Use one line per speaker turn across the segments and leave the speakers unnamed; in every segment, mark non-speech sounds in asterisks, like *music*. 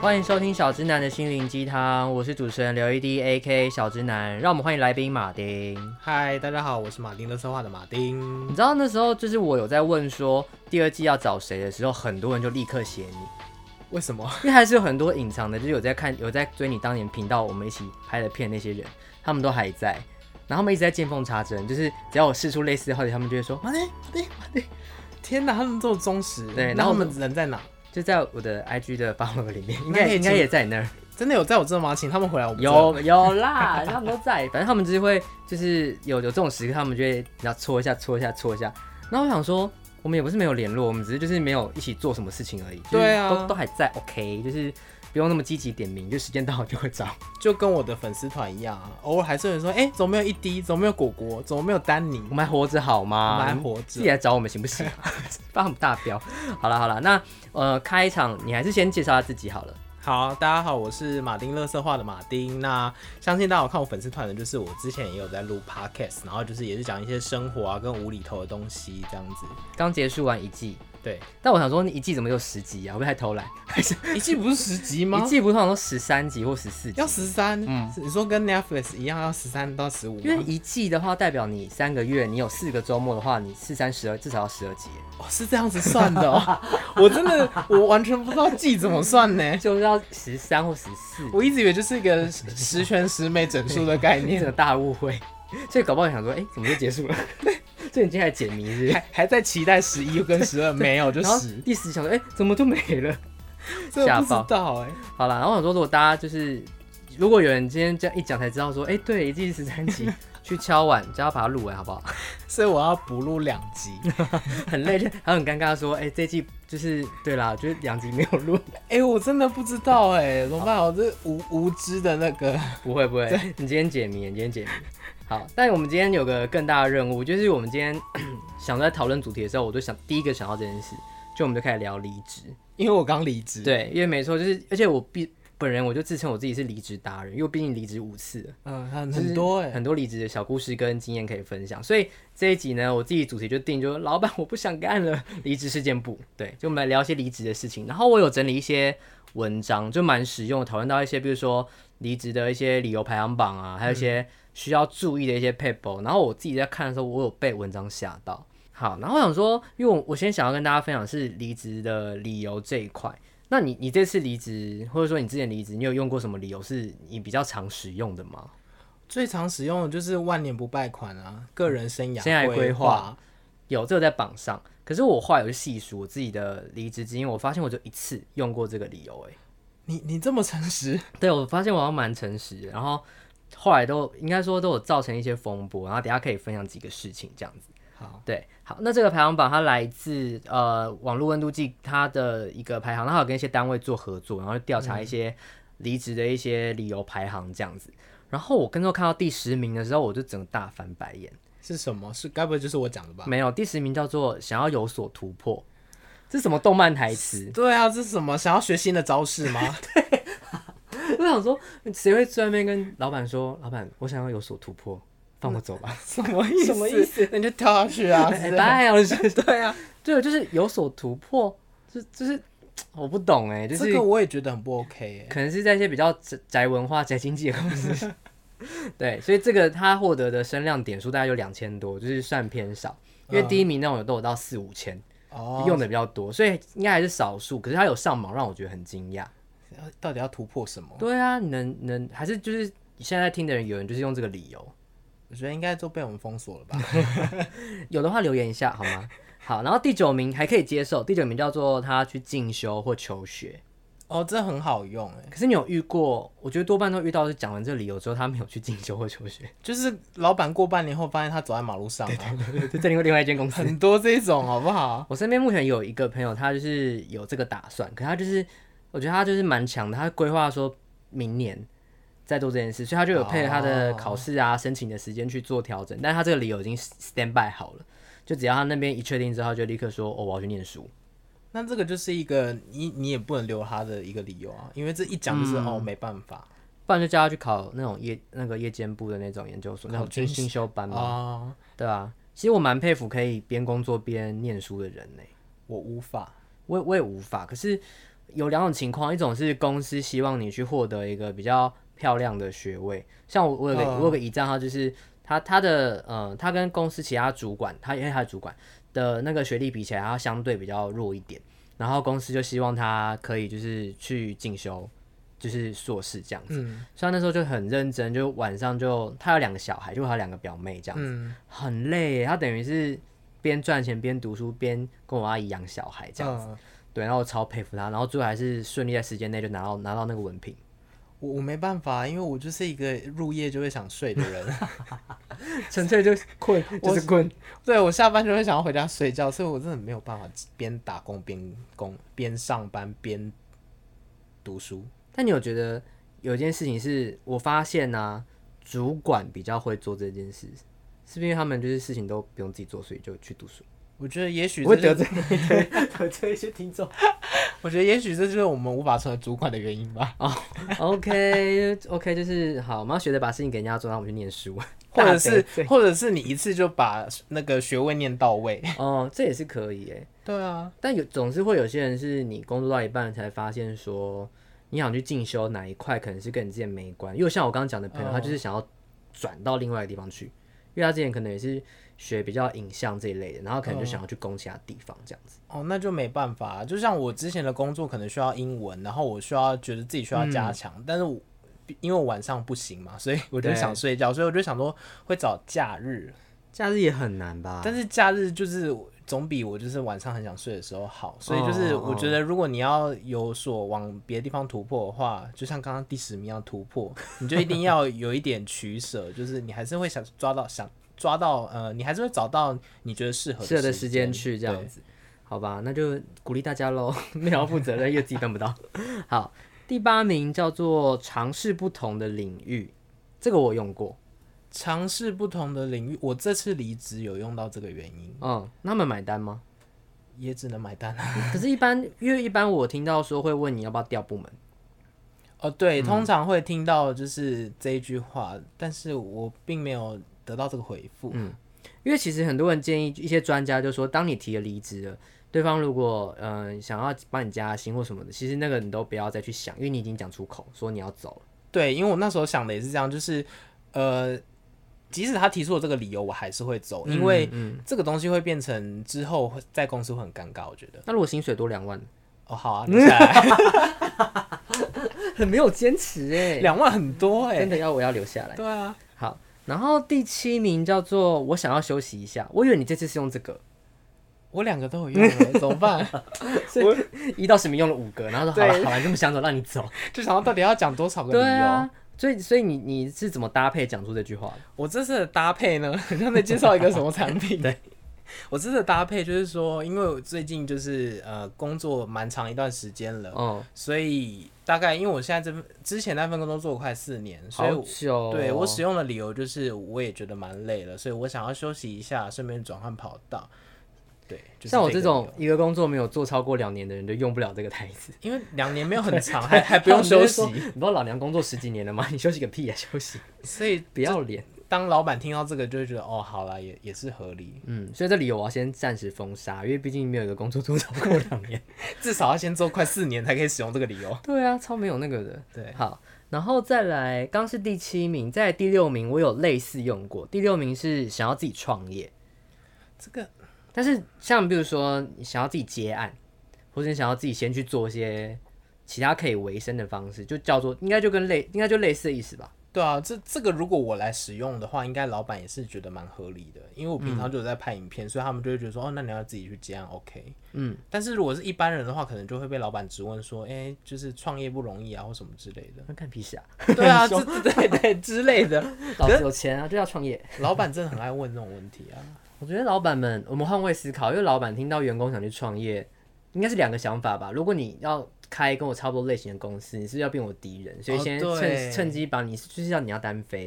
欢迎收听小直男的心灵鸡汤，我是主持人刘一滴 A K 小直男，让我们欢迎来宾马丁。
嗨，大家好，我是马丁的策划的马丁
你。知道那时候就是我有在问说第二季要找谁的时候，很多人就立刻写你，
为什么？
因为还是有很多隐藏的，就是有在看有在追你当年频道我们一起拍的片那些人，他们都还在，然后他们一直在见缝插针，就是只要我试出类似的话题，他们就会说马丁马丁马丁，
天哪，他们这么忠实，
对然
那
后
他
我
们人在哪？
就在我的 IG 的 follow 里面，应
那
该
可以
应该
请
也在你那儿。
真的有在我这吗？请他们回来，我们
有 *laughs* 有啦，他们都在，反正他们就是会，就是有有这种时刻，他们就会比较搓一下搓一下搓一下。然后我想说，我们也不是没有联络，我们只是就是没有一起做什么事情而已。就是
对啊
都都还在，OK，就是不用那么积极点名，就时间到了就会找。
就跟我的粉丝团一样啊，偶尔还是有人说，哎、怎么没有一滴？怎么没有果果？怎么没有丹尼
我？们还活着好吗？
我们还活着
自己来找我们行啊不 *laughs* 行？放大标。好了好了，那呃，开场你还是先介绍下自己好了。
好，大家好，我是马丁乐色化的马丁。那相信大家有看我粉丝团的，就是我之前也有在录 podcast，然后就是也是讲一些生活啊跟无厘头的东西这样子。
刚结束完一季， *laughs*
对，
但我想说，你一季怎么就十集啊？会不会太偷懒？还是
一季不是十集吗
一？季不是通常都十三集或十四集
要？十三，
嗯
你说跟 Netflix 一样要十三到十五，
因为一季的话，代表你三个月，你有四个周末的话，你四三十二至少要十二集，
哦，是这样子算的、哦， *laughs* 我真的我完全不知道季怎么算呢。
就是要十三或十四，
我一直以为就是一个十全十美整数的概
这
*laughs* 念，
个大误会。所以搞不好你想说，哎、怎么就结束了？ *laughs* 所以你今天还解谜是不是？
还还在期待十一跟十二没有就
然后
十，
第十集想说，哎、怎么就没了？
真的不
吓爆
知道哎、
好啦，然后我想说，如果大家就是，如果有人今天这样一讲才知道说，哎、对，一季十三集，去敲碗，就要把它录完，好不好？ *laughs*
所以我要补录两集。
很累，就还很尴尬地说，哎、这一季就是对啦，就是两集没有录。
哎、我真的不知道哎、怎么办？我这无无知的那个，
不会不会，你今天解谜，你今天解谜。好，但我们今天有个更大的任务，就是我们今天 *coughs* 想在讨论主题的时候，我就想第一个想到这件事，就我们就开始聊离职。
因为我刚离职。，
对，因为没错，就是而且我毕本人我就自称我自己是离职达人，因为我毕竟离职五次了。
嗯，很
就是
很多哎、
很多离职的小故事跟经验可以分享，所以这一集呢，我自己主题就定就是老板我不想干了，离职事件簿。对，就我们来聊一些离职的事情。然后我有整理一些文章，就蛮实用的，讨论到一些比如说离职的一些理由排行榜啊，还有一
嗯
些需要注意的一些 paper。然后我自己在看的时候，我有被文章吓到。好，然后我想说，因为我我先想要跟大家分享是离职的理由这一块。那你你这次离职，或者说你之前离职，你有用过什么理由是你比较常使用的吗？
最常使用的就是万年不败款啊，个人生涯
生涯规
规
划，有这个在榜上，可是我后来有去细数我自己的离职经验，我发现我就一次用过这个理由、欸，
你你这么诚实， *laughs*
对我发现我好像蛮诚实的，然后后来都应该说都有造成一些风波，然后等一下可以分享几个事情这样子。
好，
对，好，那这个排行榜它来自呃网络温度计它的一个排行，它有跟一些单位做合作，然后调查一些离职的一些理由排行这样子。然后我跟着看到第十名的时候，我就整个大翻白眼。
是什么？是该不会就是我讲的吧？？
没有，第十名叫做想要有所突破，这是什么动漫台词
对啊，这是什么？想要学新的招式吗？
*laughs*
*laughs*
我想说，谁会在那边跟老板说，老板，我想要有所突破，放我走吧？
什么意思？
什么意
思？那你就跳下去啊！
哎
是
*laughs*
不是
拜老师，
对啊，
*laughs* 对，就是有所突破，就就是我不懂哎，就是
这个我也觉得很不 OK 哎、
可能是在一些比较宅宅文化、宅经济的公 *laughs* 司。对，所以这个他获得的声量点数大概有两千多，就是算偏少，因为第一名那种有都有到四五千，
哦，
用的比较多，所以应该还是少数。可是他有上榜，让我觉得很惊讶。
到底要突破什么？
对啊，你能能还是就是现在听的人，有人就是用这个理由，
我觉得应该都被我们封锁了 *laughs* 吧？
有的话留言一下好吗？好，然后第九名还可以接受，第九名叫做他去进修或求学。
哦，这很好用哎、
可是你有遇过？我觉得多半都遇到是讲完这个理由之后，他没有去进修或求
*laughs*
学，
就是老板过半年后发现他走在马路上、啊，
就在另外另外一间公司。
很多这种好不好？
我身边目前有一个朋友，他就是有这个打算，可他就是我觉得他就是蛮强的，他规划说明年再做这件事，所以他就有配合他的
哦
考试啊、申请的时间去做调整。但是他这个理由已经 stand by 好了，就只要他那边一确定之后，他就立刻说：“哦，我要去念书。
那这个就是一个你你也不能留他的一个理由啊，因为这一讲就是、哦没办法”
不然就叫他去考那种夜那个夜间部的那种研究所，那种
考
进
军
进修班嘛，
哦，
对啊。其实我蛮佩服可以边工作边念书的人呢、
我无法。
我也我也无法。可是有两种情况，一种是公司希望你去获得一个比较漂亮的学位，像我我有个、我有个姨丈，他就是他他的呃他跟公司其他主管，他因为他的主管的那个学历比起来，他相对比较弱一点，然后公司就希望他可以就是去进修。就是硕士这样子，所以他那时候就很认真，就晚上就他有两个小孩，就还有两个表妹这样子，很累耶。他等于是边赚钱边读书，边跟我阿姨养小孩这样子。
嗯
对，然后我超佩服他，然后最后还是顺利在时间内就拿到拿到那个文凭。
我我没办法，因为我就是一个入夜就会想睡的人。
*laughs* 纯粹就困，
就是
困。
对我下班就会想要回家睡觉，所以我真的没有办法边打工边工边上班边读书。
*laughs* 但你有觉得有一件事情是我发现呢、主管比较会做这件事，是不是因为他们就是事情都不用自己做，所以就去读书？
我觉得也许
我会得
这就
罪对 *laughs* 得罪一些听众。
*laughs* 我觉得也许这就是我们无法成为主管的原因吧。
OK OK，就是好，我们要学着把事情给人家做，让我们去念书， *laughs*
或者
大得
是
罪
*laughs* 或者是你一次就把那个学位念到位。
哦，这也是可以诶。
对啊，
但有总是会有些人是你工作到一半才发现说你想去进修哪一块，可能是跟你之前没关。因为像我刚刚讲的朋友，他就是想要转到另外一个地方去，因为他之前可能也是学比较影像这一类的，然后可能就想要去攻其他地方这样子。
哦，那就没办法。就像我之前的工作可能需要英文，然后我需要觉得自己需要加强，但是我因为我晚上不行嘛，所以我就
嗯对
想睡觉，所以我就想说会找假日，
假日也很难吧？
但是假日就是总比我就是晚上很想睡的时候好。所以就是
哦哦
我觉得，如果你要有所往别的地方突破的话，就像刚刚第十名要突破，你就一定要有一点取舍， *laughs* 就是你还是会想抓到想抓到呃，你还是会找到你觉得适合
适合的时
时
间去这样子，好吧？那就鼓励大家喽， *laughs* 没有要负责任，因为自己办不到。好，第八名叫做尝试不同的领域，这个我用过，
尝试不同的领域。我这次离职有用到这个原因，
嗯，那他们买单吗？
也只能买单了。
*laughs* 可是，一般因为一般我听到说会问你要不要调部门，
哦，
嗯
对，通常会听到就是这一句话，但是我并没有得到这个回复。
因为其实很多人建议一些专家就说，当你提了离职了，对方如果嗯、呃想要帮你加薪或什么的，其实那个你都不要再去想，因为你已经讲出口说你要走了。
对，因为我那时候想的也是这样，就是呃，即使他提出了这个理由，我还是会
嗯
走，因为这个东西会变成之后会在公司会很尴尬，我觉得。
那如果薪水多两万，
哦，好啊，留下来
*laughs* 很没有坚持 *laughs* 哎、
两万很多哎、
真的要我要留下来。
对啊，
好，然后第七名叫做我想要休息一下，我以为你这次是用这个，
我两个都有用欸，怎么办？ *laughs*
一到十名用了五个，然后说好了好了，你这么想走让你走。
就想到到底要讲多少个理
对
由？
啊，所以所以你你是怎么搭配讲出这句话的？
我这次的搭配呢，很像在介绍一个什么
*laughs*
产品。对，我这次的搭配就是说，因为我最近就是呃工作蛮长一段时间了，
哦，
所以大概因为我现在这份之前那份工作做了快四年，所以
好
我
久哦、
对我使用的理由就是，我也觉得蛮累了，所以我想要休息一下，顺便转换跑道。对，就是、
像我这种，一个工作没有做超过两年的人，就用不了这个台 *laughs* 词。
因为两年没有
*laughs*
很长，还还不用休息
他，们就会说你不知道老娘工作十几年了吗？ *laughs* 你休息个屁呀、啊休息
所以
不要脸。
当老板听到这个就会觉得，哦，好啦，也也是合理，
嗯，所以这理由我要先暂时封杀，因为毕竟没有一个工作做超过两年。
至少要先做快四年才可以使用这个理由。
*laughs* 对啊，超没有那个的。
对，
好，然后再来，刚是第七名，再来第六名，我有类似用过。第六名是想要自己创业，
这个
但是像比如说你想要自己接案，或者你想要自己先去做一些其他可以维生的方式，就叫做应该就跟类应该就类似的意思吧。
对啊，这这个如果我来使用的话，应该老板也是觉得蛮合理的，因为我
嗯
平常就有在拍影片，所以他们就会觉得说，哦，那你要自己去接案，OK。
嗯，
但是如果是一般人的话，可能就会被老板质问说，哎、就是创业不容易啊，或什么之类
*laughs*
的。
那干屁事啊！
对啊，这这对对之类的，
老子有钱啊，就要创业。
老板真的很爱问这种问题啊。
我觉得老板们，我们换位思考，因为老板听到员工想去创业，应该是两个想法吧。如果你要开跟我差不多类型的公司，你是不是要变我敌人？所以
哦
先趁、
对
趁机把你就是要你要单飞。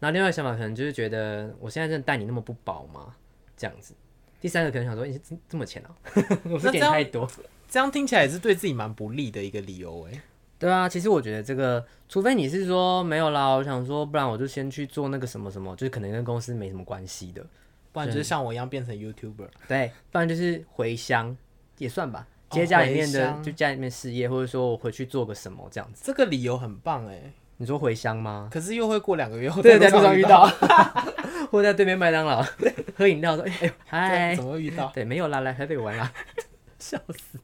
然后另外一个想法可能就是觉得嗯我现在真的待你那么不薄吗？这样子。第三个可能想说，你、这这么浅 *laughs* 啊，我是
那
给你
这样
太多。
这样听起来也是对自己蛮不利的一个理由哎、
对啊，其实我觉得这个，除非你是说没有啦，我想说，不然我就先去做那个什么什么，就是可能跟公司没什么关系的。
不然就是像我一样变成 YouTuber。
对，不然就是回乡也算吧，接家里面
哦回
的、
乡
就家里面事业，或者说我回去做个什么这样子。
这个理由很棒哎，
你说回乡吗？
可是又会过两个月
嗯
后
对，
哦在
在
路
路
上
上遇
遇到，
到， *laughs* 或者在对面麦当
*laughs*
劳喝饮料说：“哎、呦，嗨
对，怎么会遇到？
对，没有啦，来台北玩啦， *laughs* 笑死。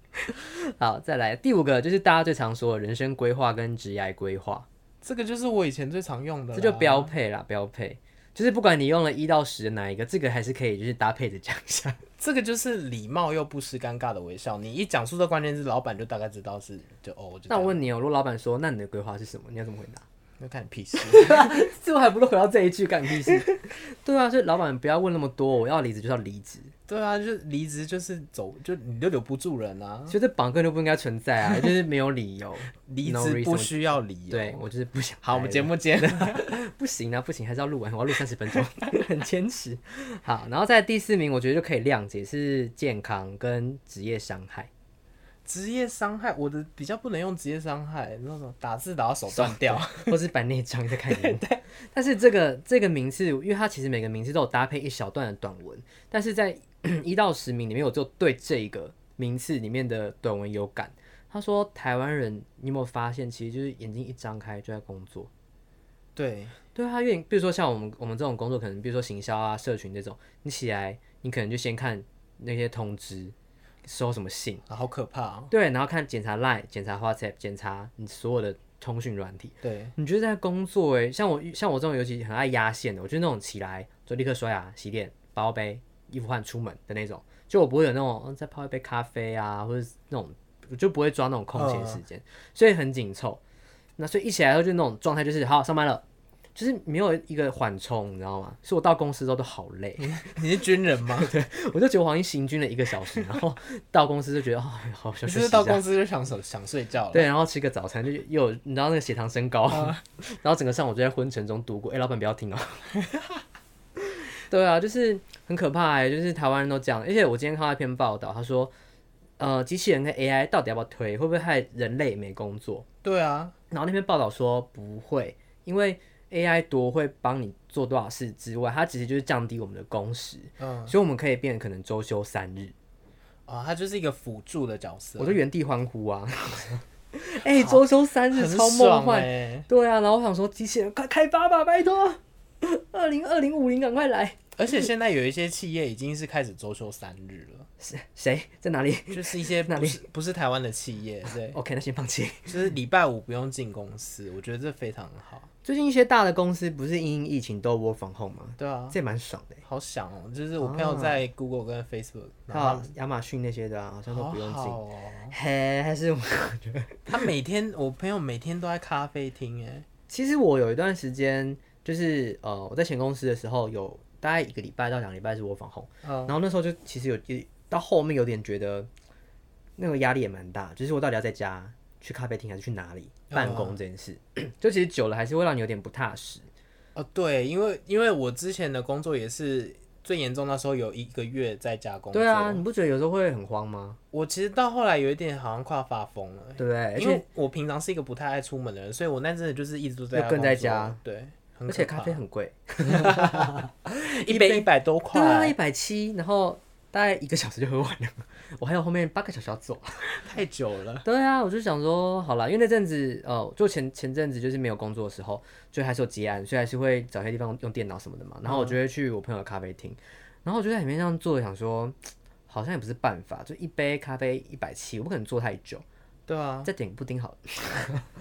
好，再来第五个，就是大家最常说的人生规划跟职业规划，
这个就是我以前最常用的啦，
这就标配啦，标配。就是不管你用了一到十的哪一个，这个还是可以就是搭配着讲一下。
这个就是礼貌又不失尴尬的微笑。你一讲出这关键字，老板就大概知道是就哦，我就
那我
我
问你哦，如果老板说那你的规划是什么，你要怎么回答？
那看你屁事。 *laughs*
*laughs* 最后还不是回到这一句干屁事？ *laughs* 对啊，所以老板不要问那么多，我要离职就是要离职。
对啊，就是离职就是走，就你就留不住人啊。
所以这榜根本就不应该存在啊，就是没有理
*laughs*
由。
离
No
职
reason
不需要理由。
对，我哎就是不想。
*laughs* 好，我们节目见。
*laughs*
*laughs*
不行啊，不行，还是要录完，我要录三十分钟，很坚持。好，然后在第四名，我觉得就可以谅解是健康跟职业伤害，
职业伤害，我的比较不能用职业伤害，那种打字打到手断掉。
或是白内障在看荧幕。但是这个这个名次，因为它其实每个名次都有搭配一小段的短文，但是在一到十名里面，我就对这一个名次里面的短文有感。他说：“台湾人，你有没有发现，其实就是眼睛一张开就在工作。”
对，
对啊，因为比如说像我们我们这种工作，可能比如说行销啊、社群这种，你起来你可能就先看那些通知，收什么信，
啊好可怕哦。
对，然后看检查 Line、检查 WhatsApp、检查你所有的通讯软体。
对， *laughs*
你觉得在工作诶、像我像我这种尤其很爱压线的，我就是那种起来就立刻刷牙、洗脸、包背、衣服换出门的那种，就我不会有那种、嗯、再泡一杯咖啡啊，或者是那种我就不会抓那种空闲
嗯
时间，所以很紧凑。那所以一起来后就那种状态就是好上班了，就是没有一个缓冲，你知道吗？所以我到公司之后都好累，
嗯你是军人吗？
*laughs* 我就觉得我好像行军了一个小时，然后到公司就觉得哦，好
你
想休息
是不是
一下
到。公司就想手想睡觉了？
对，然后吃个早餐，就又有你知道那个血糖升高， *laughs* 然后整个上午就在昏沉中度过。哎、老板不要听哦。 *laughs* 对啊，就是很可怕哎、就是台湾人都这样。而且我今天看到一篇报道，他说，呃，机器人跟 AI 到底要不要推，会不会害人类没工作？
对啊，
然后那篇报道说不会，因为 AI 多会帮你做多少事之外，它其实就是降低我们的工时，
嗯，
所以我们可以变得可能周休三日。
啊，他就是一个辅助的角色
我，就原地欢呼啊！哎、周休三日超梦幻，
哎。
对啊，然后我想说，机器人快开发吧，拜托， *laughs* 二零二零五零赶快来！
而且现在有一些企业已经是开始周休三日了，
谁谁在哪里
就是一些
*laughs* 哪
不
里
是不是台湾的企业，对，
？OK，那先放弃。
就是礼拜五不用进公司，我觉得这非常好。
最近一些大的公司不是因疫情都 work from home 吗？
对啊，
这也蛮爽的欸。
好想哦，就是我朋友
啊
在 Google 跟 Facebook，然后
还有亚马逊那些的、啊，好像都
好
不用进
好。哦。
嘿，还是我 *laughs* 觉得，
他每天，我朋友每天都在咖啡厅，哎，
其实我有一段时间就是呃，我在前公司的时候有大概一个礼拜到两个礼拜是 work from home，、
嗯，
然后那时候就其实有有到后面有点觉得那个压力也蛮大，就是我到底要在家去咖啡厅还是去哪里办公这件事， *coughs* 就其实久了还是会让你有点不踏实。
哦，对，因为因为我之前的工作也是最严重，那时候有一个月在家工作，
对啊，，你不觉得有时候会很慌吗？
我其实到后来有一点好像快要发疯了，
对不对？而
因
且
为我平常是一个不太爱出门的人，所以我那阵子就是一直都在
又
家
更在
工作
家，
对，很
而且
可
咖
怕
啡很贵，
一杯一百多
对啊，
块，
一百七，然后大概一个小时就喝完了，我还有后面八个小时要走。
*laughs* 太久了，
对啊，我就想说，好啦，因为那阵子，呃，就前前阵子就是没有工作的时候，就还是有结案，所以还是会找些地方用电脑什么的嘛。然后我就会去我朋友的咖啡厅，然后我就在里面这样坐着，想说，好像也不是办法，就一杯咖啡一百七，我不可能坐太久，
对啊，
再点个布丁好了，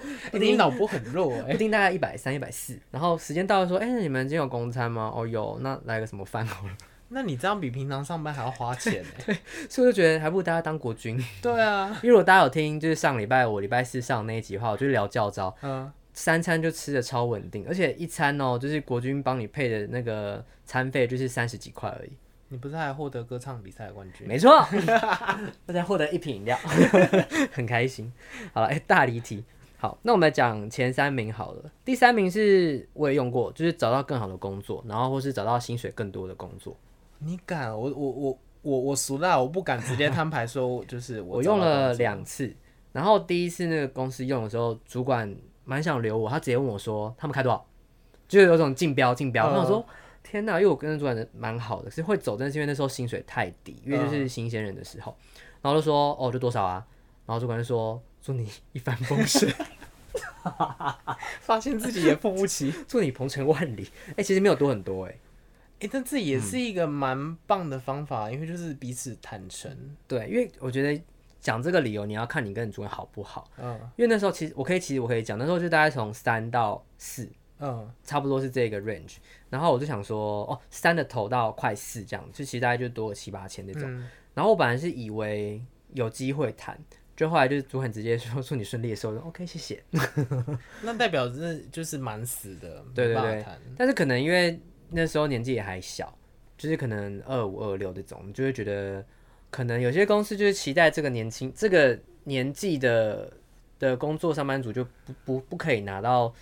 *laughs* 你脑波很弱哎，
布丁大概一百三、一百四。然后时间到了，说，哎、那你们今天有公餐吗？哦，有，那来个什么饭好了。
*laughs* 那你这样比平常上班还要花钱 *laughs* 哎，
所以我就觉得还不如大家当国军，
对啊，
因为如果大家有听，就是上礼拜我礼拜四上那一集的话，我就聊教招。
嗯，
三餐就吃的超稳定，而且一餐哦，就是国军帮你配的那个餐费就是三十几块而已。
你不是还获得歌唱比赛的冠军？
没 *laughs* 错，大家获得一瓶饮料， *laughs* 很开心。好了，哎、大离题。好，那我们来讲前三名好了。第三名是我也用过，就是找到更好的工作，然后或是找到薪水更多的工作。
你敢？我我我我我熟了，我不敢直接摊牌说，我就是我
我
找
用
到
了
工作
两次，然后第一次那个公司用的时候，主管蛮想留我，他直接问我说他们开多少，就是有种竞标竞标。
嗯
那我说天哪，因为我跟那主管人蛮好的，是会走，真的是因为那时候薪水太低，因为就是
嗯
新鲜人的时候，然后就说哦，就多少啊，然后主管就说祝你一帆风顺， *laughs*
发现自己也碰不 *laughs* 起。
祝你鹏程万里。哎、其实没有多很多哎、
哎、但这也是一个蛮棒的方法，因为就是彼此坦诚。
对，因为我觉得讲这个理由，你要看你跟你主管好不好。
嗯
因为那时候其实我可以，其实我可以讲，那时候就大概从三到四，
嗯
差不多是这个 range。然后我就想说，哦，三的头到快四这样，就其实大概就多了七八千那种。然后我本来是以为有机会谈，就后来就是主管直接说祝你顺利的时候，我说 OK 谢谢。
那代表是就是蛮死的，
对对
没办法
对
谈
但是可能因为那时候年纪也还小，就是可能二五二六这种，你就会觉得可能有些公司就是期待这个年轻这个年纪的的工作上班族就不不不可以拿到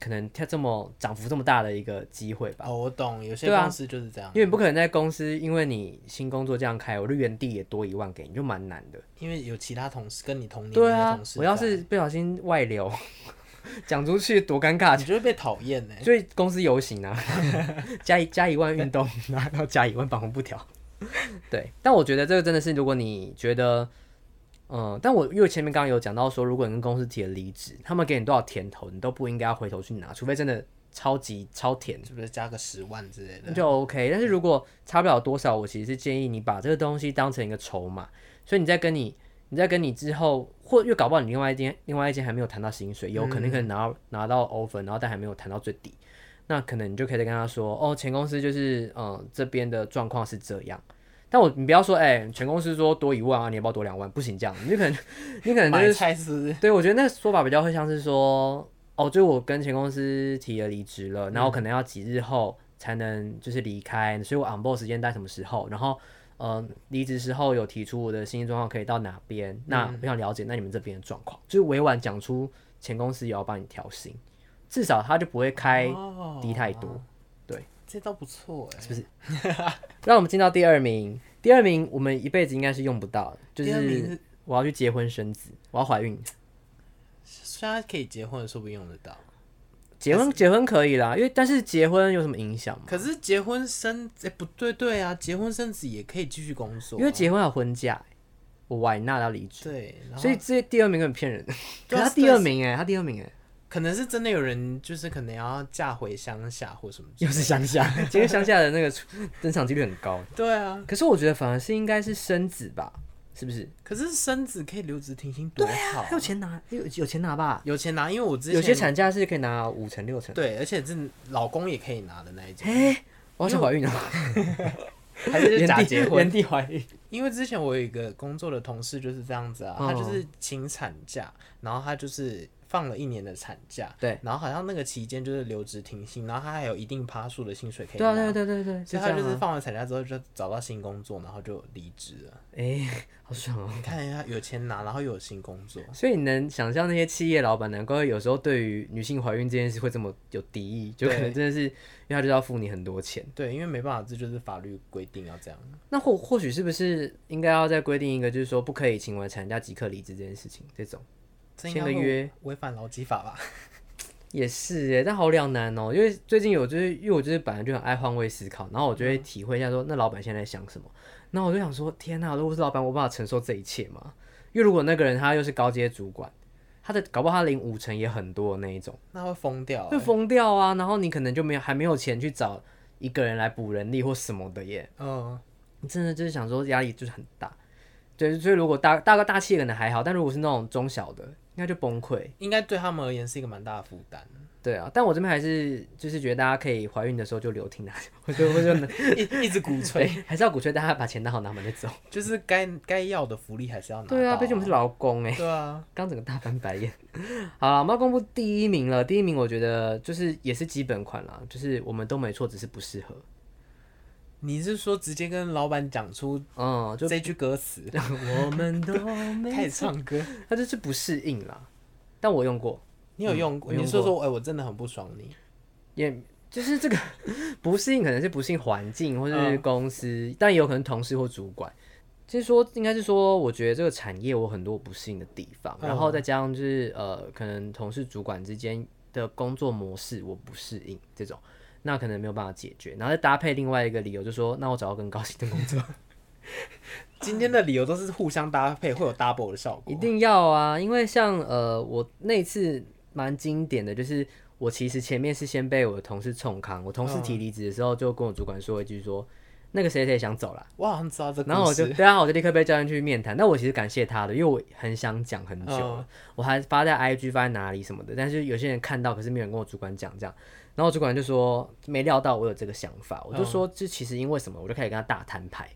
可能跳这么涨幅这么大的一个机会吧。
哦，我懂，有些
对啊
公司就是这样，
因为你不可能在公司，因为你新工作这样开，我就原地也多一万给你，就蛮难的。
因为有其他同事跟你同年龄
对
的
啊
同，事在，
我要是不小心外流， *laughs* 讲出去多尴尬
你就会被讨厌呢。
所以公司游行啊， *laughs* 加一加一万运动，然后要加一万绑红布条。对，但我觉得这个真的是，如果你觉得，嗯，但我因为前面刚刚有讲到说，如果你跟公司提了离职，他们给你多少甜头，你都不应该要回头去拿，除非真的超级超甜，
是不是加个十万之类的？
那就 OK。但是如果差不了多少，我其实是建议你把这个东西当成一个筹码，所以你在跟你你在跟你之后，或因为搞不好你另外一间另外一间还没有谈到薪水，有可能可能
嗯
拿到、拿到 offer，然后但还没有谈到最底，那可能你就可以再跟他说，哦，前公司就是嗯这边的状况是这样。但我你不要说，哎、全公司说多一万啊，你要不要多两万？不行，这样你就可能 *laughs* 你可能就是
买菜是
对，我觉得那说法比较会像是说，哦，就我跟前公司提了离职了，
嗯
然后可能要几日后才能就是离开，所以我 on board 时间在什么时候？然后，呃，离职时候有提出我的心理状况可以到哪边？那
嗯
我想了解那你们这边的状况，就是委婉讲出前公司也要帮你调薪，至少他就不会开
哦
低太多。
这倒不错哎，是不是？
让我们进到第二名，第二名我们一辈子应该是用不到的，就
第二名
是我要去结婚生子，我要怀孕。
虽然可以结婚，说不定用得到。
结婚结婚可以啦，因为但是结婚有什么影响吗？
可是结婚生，哎、不对对啊，结婚生子也可以继续工作啊、
因为结婚有婚假、我外纳要离职，
对，然后
所以这第二名很 *laughs* 骗人。可是
对啊
他第二名哎、他第二名哎、
可能是真的有人就是可能要嫁回乡下或什么之类的，
乡下， *laughs* 今天乡下的那个出登场几率很高。
对啊。
可是我觉得反而是应该是生子吧，是不是？
可是生子可以留职停薪多好、啊
还有钱拿，有有钱拿吧？
有钱拿，因为我之前
有些产假是可以拿五成六成。
对，而且是老公也可以拿的那一种，
哎、我要去怀孕了，
还是就假
原地
结婚
原。地怀孕。
因为之前我有一个工作的同事就是这样子啊，
嗯
他就是请产假，然后他就是放了一年的产假，
对，
然后好像那个期间就是留职停薪，然后他还有一定趴数的薪水可以
对啊，对
拿
啊，。对啊对啊对啊，
所
这
以他
样
就是
啊
放完产假之后就找到新工作，然后就离职
*laughs*
了。
哎、好爽哦、
你看一下，有钱拿，然后又有新工作，
所以你能想象那些企业老板，难怪有时候对于女性怀孕这件事会这么有敌意，就可能
对
真的是因为他就是要付你很多钱。
对，因为没办法，这就是法律规定要这样。
那或或许是不是应该要再规定一个，就是说不可以请完产假即刻离职这件事情？这种
这应该
签个
会
约
违反劳基法吧？
也是哎，但好两难哦、因为最近有就是因为我就是本来就很爱换位思考，然后我就会体会一下说那老板现在在想什么。那我就想说，天呐、如果是老板，我有办法承受这一切吗？因为如果那个人他又是高阶主管，他的搞不好他领五成也很多的那一种。
那会疯掉、
会疯掉啊，然后你可能就没有还没有钱去找一个人来补人力或什么的耶，
嗯，
你真的就是想说压力就是很大，对，所以如果大大个大企业可能还好，但如果是那种中小的，应该就崩溃，
应该对他们而言是一个蛮大的负担。
对啊，但我这边还是就是觉得大家可以怀孕的时候就留停 *laughs* 啊，我就我就
一一直鼓
对，
吹，
还是要鼓吹大家把钱拿好拿满再走，
就是该该要的福利还是要拿到。
对啊，毕竟我们是劳工哎、
对啊，
刚整个大翻白眼。好了，我们要公布第一名了。第一名我觉得就是也是基本款啦，就是我们都没错，只是不适合。
你是说直接跟老板讲出
嗯，就
这句歌词，
*laughs* 我们都没
*laughs* 开始唱歌？
它就是不适应啦。但我用过，
你有用
我
过？
用
你说说，哎、我真的很不爽你。
也就是这个不适应，可能是不适应环境或者是公司，但也有可能同事或主管。就是说，应该是说，我觉得这个产业我很多不适应的地方，
嗯
然后再加上就是呃，可能同事主管之间的工作模式我不适应这种。那可能没有办法解决。然后再搭配另外一个理由，就说那我找到更高薪的工作，
今天的理由都是互相搭配，会有 double 的效果。
一定要啊，因为像呃，我那次蛮经典的就是。我其实前面是先被我的同事冲康，我同事提离职的时候就跟我主管说一句说，那个谁谁想走了。
我好像知道这个，
然后我就对啊，我就立刻被叫进去面谈。那我其实感谢他的，因为我很想讲很久了，我还发在 IG 发在哪里什么的。但是有些人看到，可是没有人跟我主管讲这样。然后主管就说没料到我有这个想法，我就说这其实因为什么，我就开始跟他大摊牌，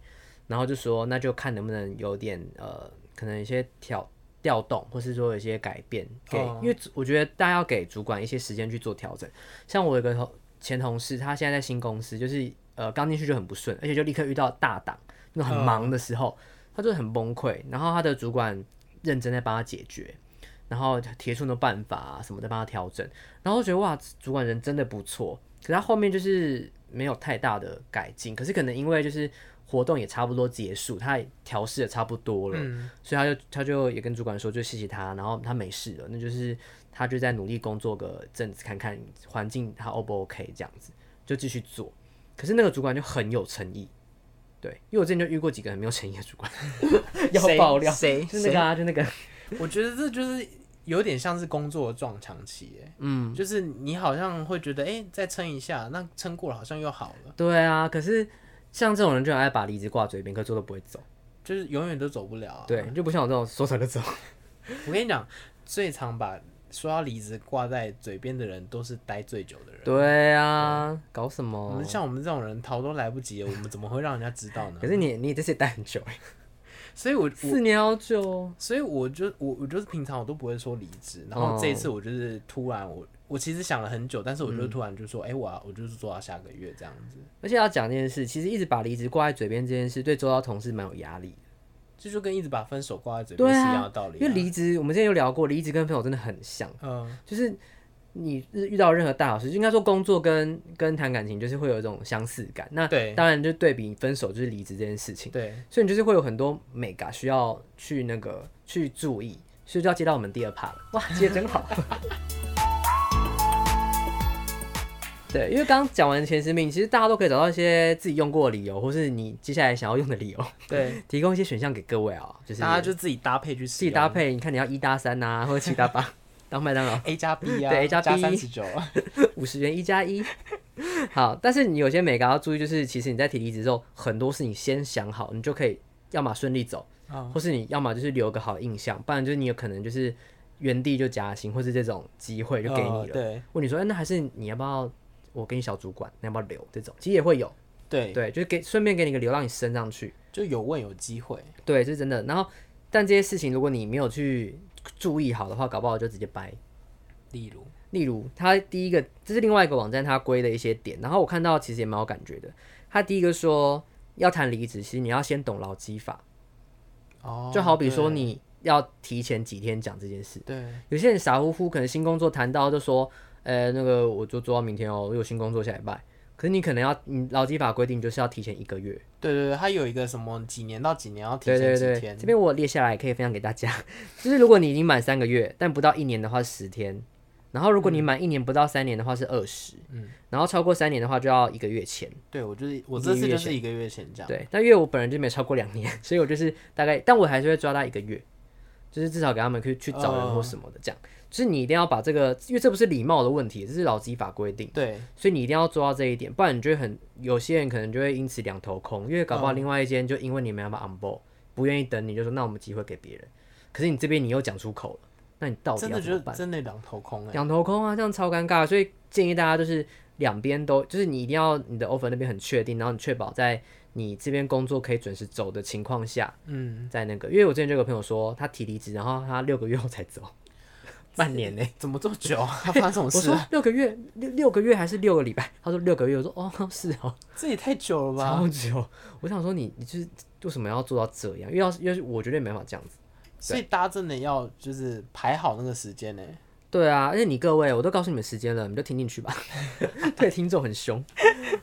然后就说那就看能不能有点呃，可能有些调调动，或是说有一些改变给，因为我觉得大家要给主管一些时间去做调整。像我有个同前同事，他现在在新公司，就是呃刚进去就很不顺，而且就立刻遇到大档，那种很忙的时候，他就很崩溃。然后他的主管认真在帮他解决，然后提出的办法、啊、什么的帮他调整，然后我觉得哇，主管人真的不错。可是他后面就是没有太大的改进，可是可能因为就是活动也差不多结束，他也调试的差不多了，所以他就他就也跟主管说，就谢谢他，然后他没事了，那就是他就在努力工作个阵子，看看环境他 O 不 OK 这样子，就继续做。可是那个主管就很有诚意，对，因为我之前就遇过几个很没有诚意的主 *laughs* 管，要
谁
爆料，
谁
*laughs* 就是那个啊，就那个，
我觉得这就是有点像是工作的撞墙期，哎，嗯，就是你好像会觉得，哎、再撑一下，那撑过了好像又好了，
对啊。可是像这种人就很爱把离职挂嘴边，可做都不会走。
就是永远都走不了、啊。
*laughs* 对，就不像我这种说走就走。
我跟你讲，最常把说要离职挂在嘴边的人，都是待最久的人。
对啊，搞什
我
么
们？像我们这种人逃都来不及了，我们怎么会让人家知道呢
可？是你你这次也待很久欸，
所以我，我
四年好久哦。
所以我就我我就是平常我都不会说离职，然后这一次
哦
我就是突然我我其实想了很久，但是我
嗯
就突然就说，哎、我、啊、我就是做到下个月这样子，
而且要讲这件事，其实一直把离职挂在嘴边这件事，对周遭同事蛮有压力。
这就跟一直把分手挂在嘴边
对
是一样
啊
的道理、啊。
因为离职，我们之前有聊过，离职跟分手真的很像，
嗯，
就是你遇到任何大小事，就应该说工作跟跟谈感情，就是会有一种相似感。那
对
当然就对比分手就是离职这件事情。
对，
所以你就是会有很多美感需要去那个去注意，所以就要接到我们第二趴了。哇，接得真好。对，因为刚讲完前十名，其实大家都可以找到一些自己用过的理由，或是你接下来想要用的理由，
对，
提供一些选项给各位啊、就是
大家就自己搭配去
自
自
己搭配，你看你要一搭三呐、或者七搭八，当麦当劳
A 加 B 啊，
对，A 加 B
三十九啊，
五十元一加一。 *laughs* 好，但是你有些美感要注意，就是其实你在提离职之后，很多事情先想好，你就可以要么顺利走，
嗯
或是你要么就是留个好印象，不然就是你有可能就是原地就加薪，或是这种机会就给你
呃
了。
对
问你说，哎那还是你要不要我给你小主管，你要不要留？这种其实也会有，
对，
对，就是给顺便给你一个留，让你升上去。
就有问有机会，
对，这是真的。然后，但这些事情如果你没有去注意好的话，搞不好就直接掰。
例如，
例如，他第一个，这是另外一个网站他归的一些点，然后我看到其实也蛮有感觉的。他第一个说，要谈离职，其实你要先懂劳基法，
哦
就好比说
对
你要提前几天讲这件事。
对
有些人傻乎乎，可能新工作谈到就说，呃，那个我就做到明天哦，我有新工作下礼拜。可是你可能要，你劳基法规定就是要提前一个月。
对对对，它有一个什么几年到几年要提
对
前
对
几
对，
天，
这边我有列下来可以分享给大家， *laughs* 就是如果你已经满三个月，但不到一年的话是十天，然后如果
嗯
你满一年不到三年的话是二十，嗯，然后超过三年的话就要一个月前，
对我就是我
一
这
个
次
月
就是一个月前这样，
对，但因为我本人就没超过两年， *laughs* 所以我就是大概，但我还是会抓到一个月，就是至少给他们去去找人或
哦
什么的这样，就是你一定要把这个，因为这不是礼貌的问题，这是劳基法规定。
对
所以你一定要做到这一点，不然你就会很有些人可能就会因此两头空，因为搞不
嗯
好另外一间就因为你没办法 on board，不愿意等你，就说那我们机会给别人，可是你这边你又讲出口了，那你到底
真
要
的
怎
就
么
是
办？
真的两头空
*laughs*
哎、
两头空啊，这样超尴尬。所以建议大家就是两边都，就是你一定要你的 offer 那边很确定，然后你确保在你这边工作可以准时走的情况下，
嗯，
在那个，因为我之前就有个朋友说他提离职，然后他六个月后才走， *laughs* 半年呢、
怎么这么久、啊？发生什
*laughs*
么
我
事
说
啊？
六个月，六六个月还是六个礼拜？他说六个月。我说哦，是哦，
这也太久了吧？
超久。 *laughs* 我想说你，你就是为什么要做到这样？因为要是，因为我绝对没办法这样子。
所以大家真的要就是排好那个时间欸呢、
对啊，而且你各位，我都告诉你们时间了，你们就听进去 *laughs* 吧。对，听众很凶。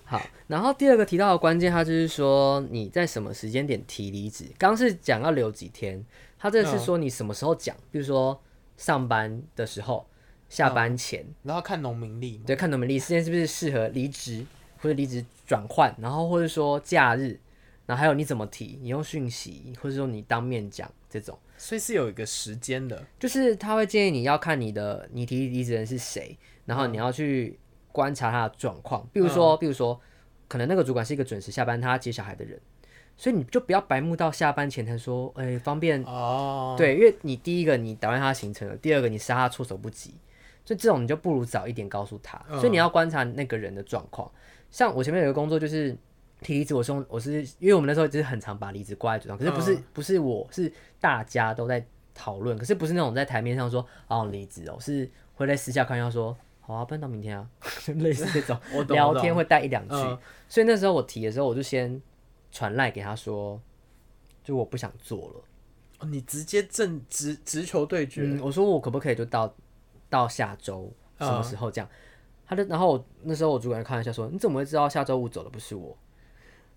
好，然后第二个提到的关键，他就是说你在什么时间点提离职。刚是讲嗯要留几天，他这个是说你什么时候讲，比如说上班的时候，下班前，
然后看农民历嘛，
对，看农民历事件是不是适合离职或者离职转换，然后或者说假日，然后还有你怎么提，你用讯息，或者说你当面讲这种。
所以是有一个时间的。
就是他会建议你要看你的你提离职人是谁，然后你要去观察他的状况。比如说，比如说，可能那个主管是一个准时下班，他接小孩的人，所以你就不要白目到下班前才说，哎、方便。
哦，
对，因为你第一个你打乱他的行程了，第二个你杀他措手不及，所以这种你就不如早一点告诉他。所以你
嗯
要观察那个人的状况。像我前面有一个工作就是提离职，我是用我是因为我们那时候就是很常把离职挂在嘴上，可是不是、
嗯
不是我是大家都在讨论，可是不是那种在台面上说哦离职哦，是会在私下看要说。好啊，不然到明天啊， *laughs* 就类似这种
我懂
聊
我懂
天会带一两句，
嗯
所以那时候我提的时候，我就先传赖给他说，就我不想做了。
哦你直接正直直球对决，
嗯，我说我可不可以就到到下周什么时候这样？他就然后我那时候我主管就开玩笑说：“你怎么会知道下周五走的不是我？”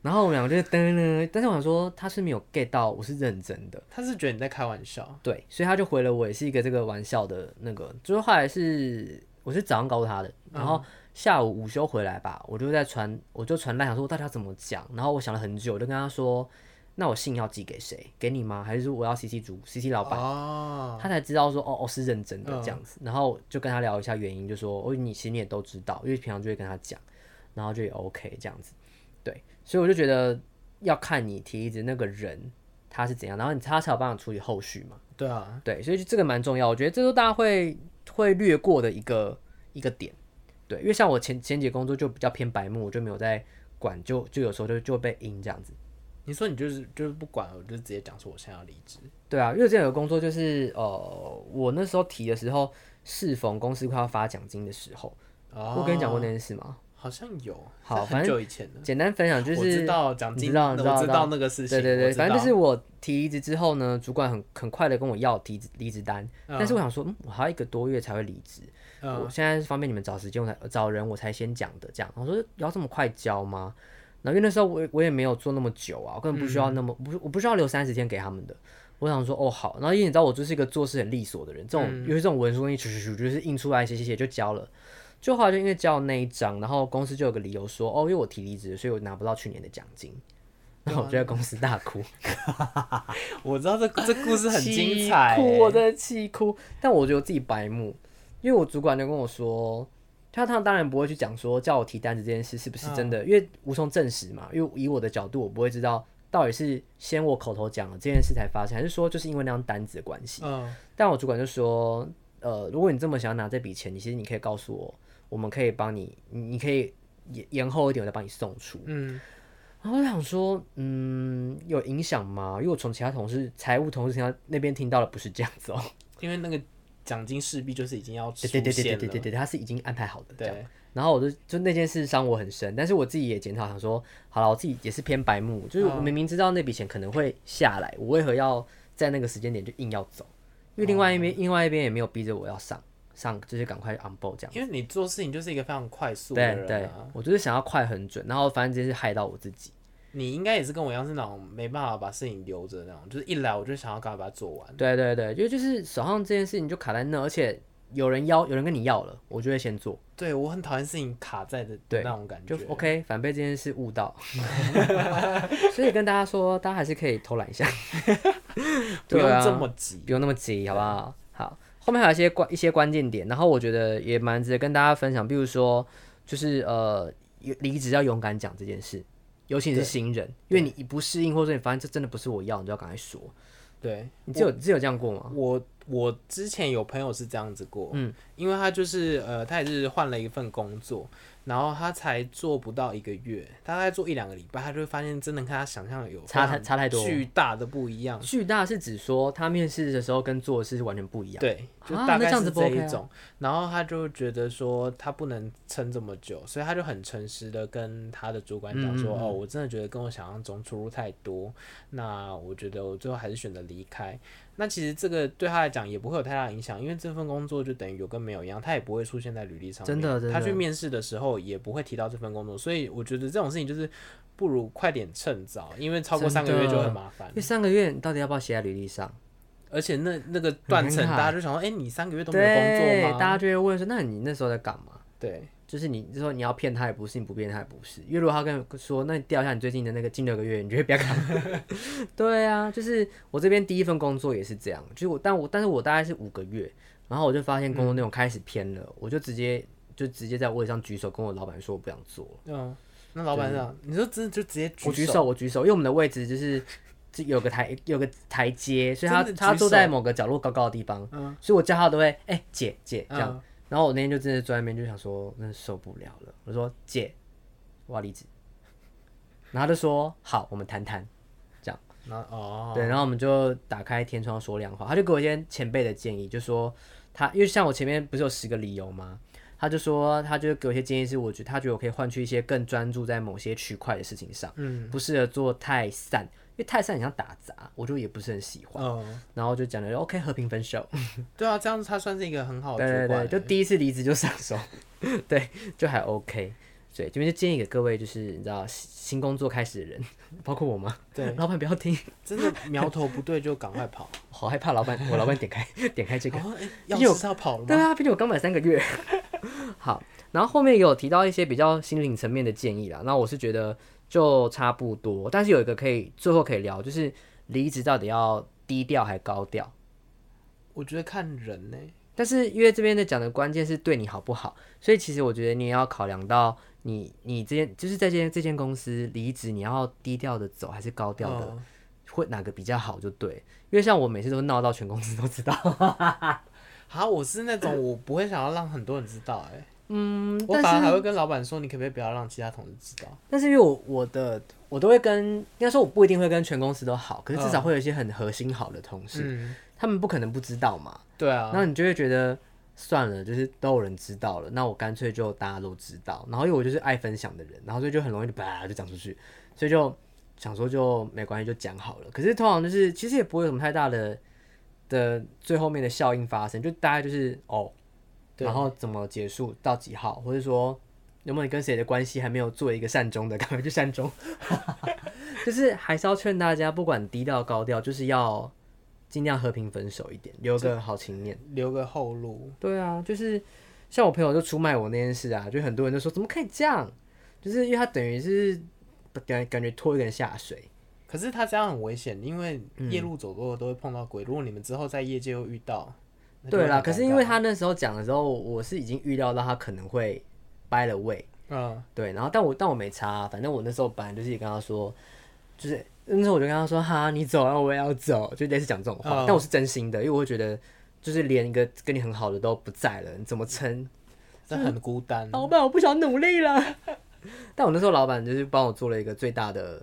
然后我们两个就是噔噔，但是我想说他是没有 get 到我是认真的，
他是觉得你在开玩笑。
对，所以他就回了我也是一个这个玩笑的那个，就是后来是我是早上告诉他的，然后下午午休回来吧，我就在传我就传赖想说我到底要怎么讲，然后我想了很久，我就跟他说：“那我信要寄给谁？给你吗？还是说我要 CC 主 CC 老板？”
哦，
他才知道说哦哦是认真的这样子，然后就跟他聊一下原因，就说哦你其实你也都知道，因为平常就会跟他讲，然后就也 OK 这样子，对，所以我就觉得要看你提离职那个人他是怎样，然后你他才有办法处理后续嘛，
对啊，
对，所以就这个蛮重要，我觉得这都大家会会略过的一个一个点，对，因为像我前前几个工作就比较偏白目，我就没有在管，就就有时候就就会被阴这样子。
你说你就是就是不管，我就直接讲说我现在要离职。
对啊，因为之前有个工作就是呃，我那时候提的时候，适逢公司快要发奖金的时候，
哦，
我跟你讲过那件事吗？
好像有，
好
但
反
很
正
久以前的。
简单分享就
我知
是，
道奖
你
金，
知道
我
你知道
知
知道
道那个事情，
对对
我
对，
知
反正就
道
是我提离职之后呢，主管很很快的跟我要提离职单，但是我想说，嗯，我还要一个多月才会离职，
嗯
我现在是方便你们找时间，我才找人我才先讲的，这样。我说要这么快交吗？然后因为那时候我也我也没有做那么久啊，我根本不需要那么、不是我不需要留三十天给他们的。我想说哦好，然后因为你知道我就是一个做事很利索的人，这种、尤其这种文书东西，咻咻咻就是印出来写写写就交了。就后来就因为交了那一张，然后公司就有个理由说哦，因为我提离职，所以我拿不到去年的奖金。然后我就在公司大哭，
我知道这这故事很精
气
彩
哭
欸，
我真的气哭。但我觉得我自己白目，因为我主管就跟我说，他他当然不会去讲说叫我提单子这件事是不是真的，因为无从证实嘛。因为以我的角度，我不会知道到底是先我口头讲了这件事才发生，还是说就是因为那张单子的关系。
嗯，
但我主管就说，呃，如果你这么想要拿这笔钱，你其实你可以告诉我，我们可以帮你，你你可以延延后一点，我再帮你送出。
嗯，
然后我就想说，嗯，有影响吗？因为我从其他同事、财务同事听到那边听到的不是这样子哦、
因为那个奖金势必就是已经要出
对对
现
对对对
了
对，对，他是已经安排好的这样。
对，
然后我就就那件事伤我很深，但是我自己也检讨，想说，好了，我自己也是偏白目，就是
嗯
我明明知道那笔钱可能会下来，我为何要在那个时间点就硬要走？因为另外一
哦
边、另外一边也没有逼着我要上上，就是赶快 on board 这样。
因为你做事情就是一个非常快速的
对对
人啊，，
我就是想要快很准，然后反正这是害到我自己。
你应该也是跟我一样是那种没办法把事情留着那种，就是一来我就想要赶快把它做完。
对对对，就就是手上这件事情就卡在那，而且有人要，有人跟你要了，我就会先做，
对我很讨厌事情卡在的
对
那种感觉
就，OK，反被这件事误到。 *laughs* 所以跟大家说，大家还是可以偷懒一下，
不用
对啊
这么急。
不用那么急，好不好？好，后面还有一些关一些关键点，然后我觉得也蛮值得跟大家分享，比如说就是呃，离职要勇敢讲这件事，尤其你是新人，因为你你不适应，或者说你发现这真的不是我要，你就要赶快说。
对
你只有只有这样过吗？
我，我之前有朋友是这样子过，嗯，因为他就是呃，他也是换了一份工作，然后他才做不到一个月，大概做一两个礼拜，他就会发现真的跟他想象有
差
非
太
常
差太多
巨大的不一样。
巨大是指说他面试的时候跟做的事是完全不一样。
对，就
啊
大
那
概
这样
是
子不
这
OK 啊
一种。然后他就觉得说他不能撑这么久，所以他就很诚实的跟他的主管
嗯
讲说：“哦，我真的觉得跟我想象中出入太多，那我觉得我最后还是选择离开。”那其实这个对他来讲也不会有太大影响，因为这份工作就等于有跟没有一样，他也不会出现在履历上面。
真的真
他
的
去面试的时候也不会提到这份工作，所以我觉得这种事情就是不如快点趁早，因为超过
真
三个月就
的
很麻烦
因为。三个月你到底要不要写在履历上？
而且那那个断层，
很尴尬
大家就想说，哎、你三个月都没有工
对
作，吗？
大家就会问说，那你那时候在干嘛？
对
就是你就说你要骗他也不是，你不骗他也不是。因为如果他跟你说，那你调一下你最近的那个近六个月，你就会不要看。 *laughs* 对啊，就是我这边第一份工作也是这样，就是我，但我但是我大概是五个月，然后我就发现工作内
嗯
容开始偏了，我就直接就直接在位上举手跟我老板说我不想做。
嗯，那老板长，你说真的就直接
我举
手，
手，我举手，因为我们的位置就是这有个台有个台阶，所以他
真的举
他坐
手
在某个角落高高的地方，
嗯
所以我叫他都会哎、姐姐这样。
嗯，
然后我那天就真的坐在那边就想说，那受不了了，我说姐，我要离职。然后他就说好，我们谈谈。
那哦，
对，然后我们就打开天窗说亮话，他就给我一些前辈的建议，就说他因为像我前面不是有十个理由吗？他就说他就给我一些建议，是我觉得他觉得我可以换去一些更专注在某些区块的事情上，
嗯，
不适合做太散，因为太散很像打杂，我就也不是很喜欢。
哦，
然后就讲了 OK 和平分手，
对啊，这样子他算是一个很好的
对对
主
对，
管欸，
就第一次离职就上手， *laughs* 对，就还 OK。对，这边就建议给各位，就是你知道新新工作开始的人，包括我吗？
对，
老板不要听，
真的苗头不对就赶快
*laughs*
跑，
好害怕老板，我老板点开 *laughs* 点开这个
然，后哎，要
有
是要跑了
对
吗？
啊，毕竟我刚满三个月。 *laughs* 好，然后后面有提到一些比较心灵层面的建议啦。那我是觉得就差不多，但是有一个可以最后可以聊，就是离职到底要低调还高调？
我觉得看人呢，
但是因为这边的讲的关键是对你好不好，所以其实我觉得你也要考量到你你这间就是在这间这间公司离职，你要低调的走还是高调的，
嗯
会哪个比较好就对。因为像我每次都闹到全公司都知道，
好，我是那种我不会想要让很多人知道，哎，
嗯， *laughs*
我反而还会跟老板说，你可不可以不要让其他同事知道？
但是因为我我的我都会跟，应该说我不一定会跟全公司都好，可是至少会有一些很核心好的同事，
嗯，
他们不可能不知道嘛。
对啊，
然后你就会觉得算了，就是都有人知道了，那我干脆就大家都知道。然后因为我就是爱分享的人，然后所以就很容易就叭就讲出去，所以就想说就没关系，就讲好了。可是通常就是其实也不会有什么太大的的最后面的效应发生，就大概就是哦，
对
然后怎么结束到几号，或者说有没有你跟谁的关系还没有做一个善终的，赶快去善
*laughs*
终。就是还是要劝大家，不管低调高调，就是要尽量和平分手一点，留个好情面。
留个后路，
对啊，就是像我朋友就出卖我那件事啊，就很多人就说怎么可以这样，就是因为他等于是感感觉拖一个人下水。
可是他这样很危险，因为
嗯
夜路走多了都会碰到鬼。如果你们之后在业界又遇到，那就会
对啦，
很
可是
尴
因为
尬
他那时候讲的时候，我是已经预料到他可能会掰了位，
嗯，
对，然后但我但我没差啊、反正我那时候本来就是也跟他说，就是那时候我就跟他说哈，你走啊，我也要走，就类似讲这种话，
嗯
但我是真心的，因为我会觉得就是连一个跟你很好的都不在了，你怎么撑？
这很孤单。
老板，我不想努力了。 *laughs* 但我那时候老板就是帮我做了一个最大的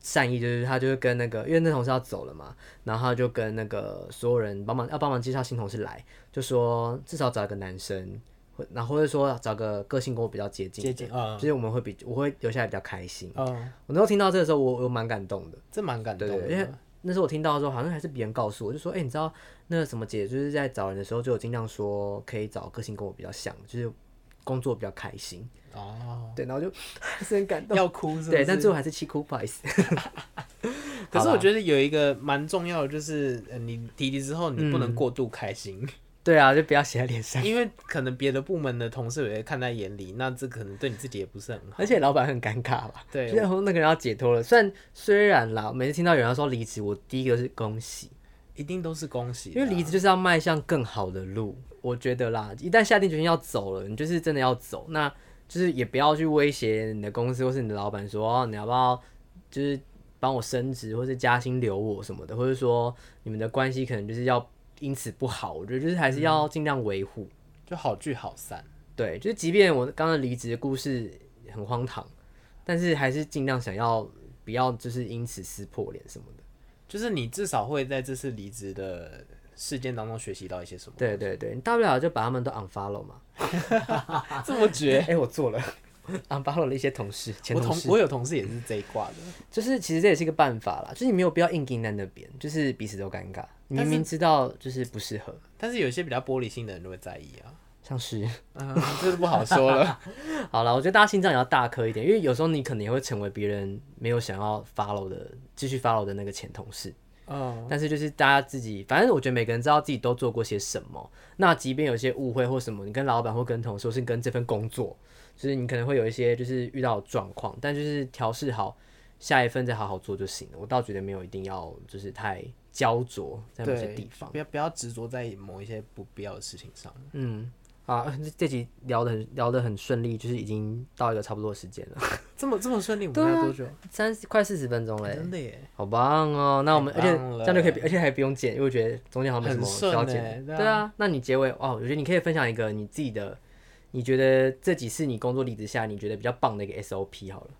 善意，就是他就是跟那个，因为那同事要走了嘛，然后他就跟那个所有人帮忙要帮忙介绍新同事来，就说至少找一个男生，或然后或者说找个个性跟我比较接近的，
接近嗯
就是我们会比我会留下来比较开心。
嗯，
我那时候听到这个时候，我我蛮感动的。
这蛮感动
对对，因为
的。
那时候我听到的时候，好像还是别人告诉我，就说：“哎、你知道那个什么姐，就是在找人的时候，就有尽量说可以找个性跟我比较像，就是工作比较开心。 *laughs*
哦，”
对，然后就还是很感动。
要哭是不是？
对，但最后还是气哭，不好意思。 *laughs*
可是
好
我
啦
觉得有一个蛮重要的，就是呃你提离之后，你
嗯
不能过度开心，
对啊，就不要写在脸上。
*laughs* 因为可能别的部门的同事也会看在眼里，那这可能对你自己也不是很好。
而且老板很尴尬吧？
对
然后那个人要解脱了。虽然虽然啦，每次听到有人要说离职，我第一个是恭喜，
一定都是恭喜的
因
啊，
为离职就是要迈向更好的路，我觉得啦，一旦下定决心要走了，你就是真的要走，那就是也不要去威胁你的公司或是你的老板说、哦你要不要就是帮我升职或是加薪留我什么的，或者说你们的关系可能就是要因此不好，我觉得就是还是要尽量维护。
就好聚好散。
对，就是即便我刚刚离职的故事很荒唐，但是还是尽量想要不要就是因此撕破脸什么的。
就是你至少会在这次离职的事件当中学习到一些什么？
对对对，你大不了就把他们都 unfollow 嘛。
这么绝，
哎、我做了， *laughs* 啊，包括了一些同事，前
我
同
同
事，
我有同事也是这一挂的，
就是其实这也是一个办法啦，就是你没有必要硬盯在那边，就是彼此都尴尬。你明明知道就是不适合，
但是有些比较玻璃心的人就会在意啊，
像是
嗯， *laughs* 这是不好说了。
好了，我觉得大家心脏也要大颗一点，因为有时候你可能也会成为别人没有想要 follow 的，继续 follow 的那个前同事。
嗯，
但是就是大家自己，反正我觉得每个人知道自己都做过些什么。那即便有些误会或什么，你跟老板或跟同事，或是跟这份工作，就是你可能会有一些就是遇到的状况，但就是调试好下一份再好好做就行了。我倒觉得没有一定要就是太焦灼在某些
对
地方。
不要不要执着在某一些不必要的事情上。
嗯，啊，这 *laughs* 这集聊的很聊的很顺利，就是已经到一个差不多的时间了，
这么这么顺利，我们
啊
要多久？
三十快四十分钟嘞。
真的耶，
好棒哦！那我们而
太
且
棒
这样就可以
了
不，而且还不用剪，因为我觉得中间好像没什么
很顺
需要剪
欸对
的。
啊
对啊，那你结尾哦，我觉得你可以分享一个你自己的，你觉得这几次你工作离职下，你觉得比较棒的一个 SOP 好了，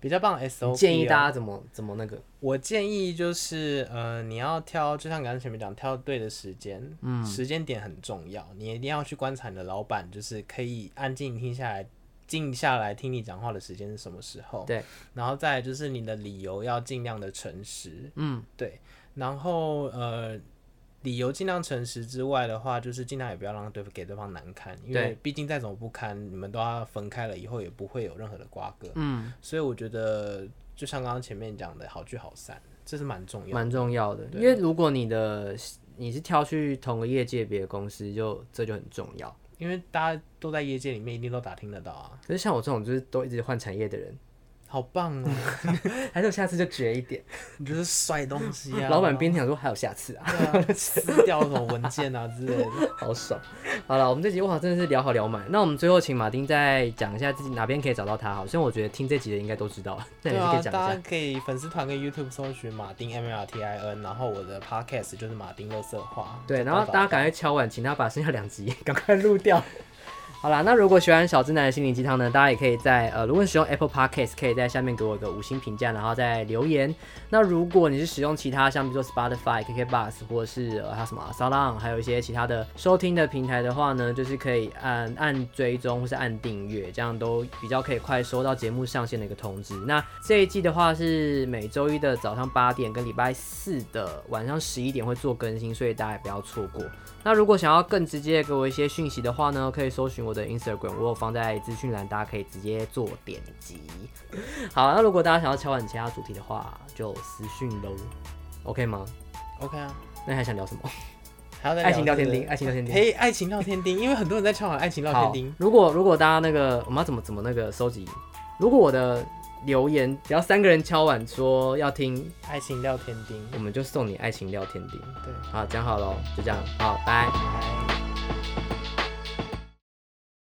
比较棒的
你
SOP、
建议大家怎么怎么那个？
我建议就是，呃，你要挑，就像刚才前面讲，挑对的时间，嗯，时间点很重要，你一定要去观察你的老板，就是可以安静听下来。静下来听你讲话的时间是什么时候？
对，
然后再来就是你的理由要尽量的诚实，
嗯，
对，然后呃，理由尽量诚实之外的话，就是尽量也不要让对给对方难堪，因
对
为毕竟再怎么不堪，你们都要分开了，以后也不会有任何的瓜葛，
嗯，
所以我觉得就像刚刚前面讲的，好聚好散，这是蛮重要的。
蛮重要的，因为如果你的你是挑去同个业界别的公司，就这就很重要。
因为大家都在业界里面，一定都打听得到啊，
可是像我这种就是都一直换产业的人， *laughs*
好棒哦！
还是我下次就绝一点。
你就是摔东西啊，
老板边想说还有下次啊，
对啊撕掉什么文件啊之类 *laughs* 的。
好爽。好了，我们这集哇真的是聊好聊满。那我们最后请马丁再讲一下自己哪边可以找到他好，虽然我觉得听这集的应该都知道了，但
对
也是可
啊
以，讲一
大
下。
家可以粉丝团跟 YouTube 搜寻马丁 M L T I N，然后我的 Podcast 就是马丁乐色话。
对，
就
然后
都
大家赶快敲碗，请他把剩下两集 *laughs* 赶快录掉。好啦，那如果喜欢小直男的心灵鸡汤呢，大家也可以在呃，如果你使用 Apple Podcast，可以在下面给我一个五星评价，然后再留言。那如果你是使用其他像比如说 Spotify、KKBox 或者是呃还有什么 s o u n 还有一些其他的收听的平台的话呢，就是可以按按追踪或是按订阅，这样都比较可以快收到节目上线的一个通知。那这一季的话是每周一的早上八点跟礼拜四的晚上十一点会做更新，所以大家也不要错过。那如果想要更直接地给我一些讯息的话呢，可以搜寻我的 Instagram，我有放在资讯栏，大家可以直接做点击。 *laughs* 好，啊那如果大家想要敲碗其他主题的话，就私讯喽，OK 吗？
OK 啊，
那你还想聊什么？
还要再
爱情聊天
钉
钉，，爱情聊天钉。
嘿，爱情聊天钉，因为很多人在敲碗爱情聊天
好
钉，，
如果如果大家那个我们要怎么怎么那个收集，如果我的留言只要三个人敲碗说要听，
爱情聊天钉，
哦我们就送你爱情聊天钉。
对。
好，讲好喽，就这样，好，拜。
拜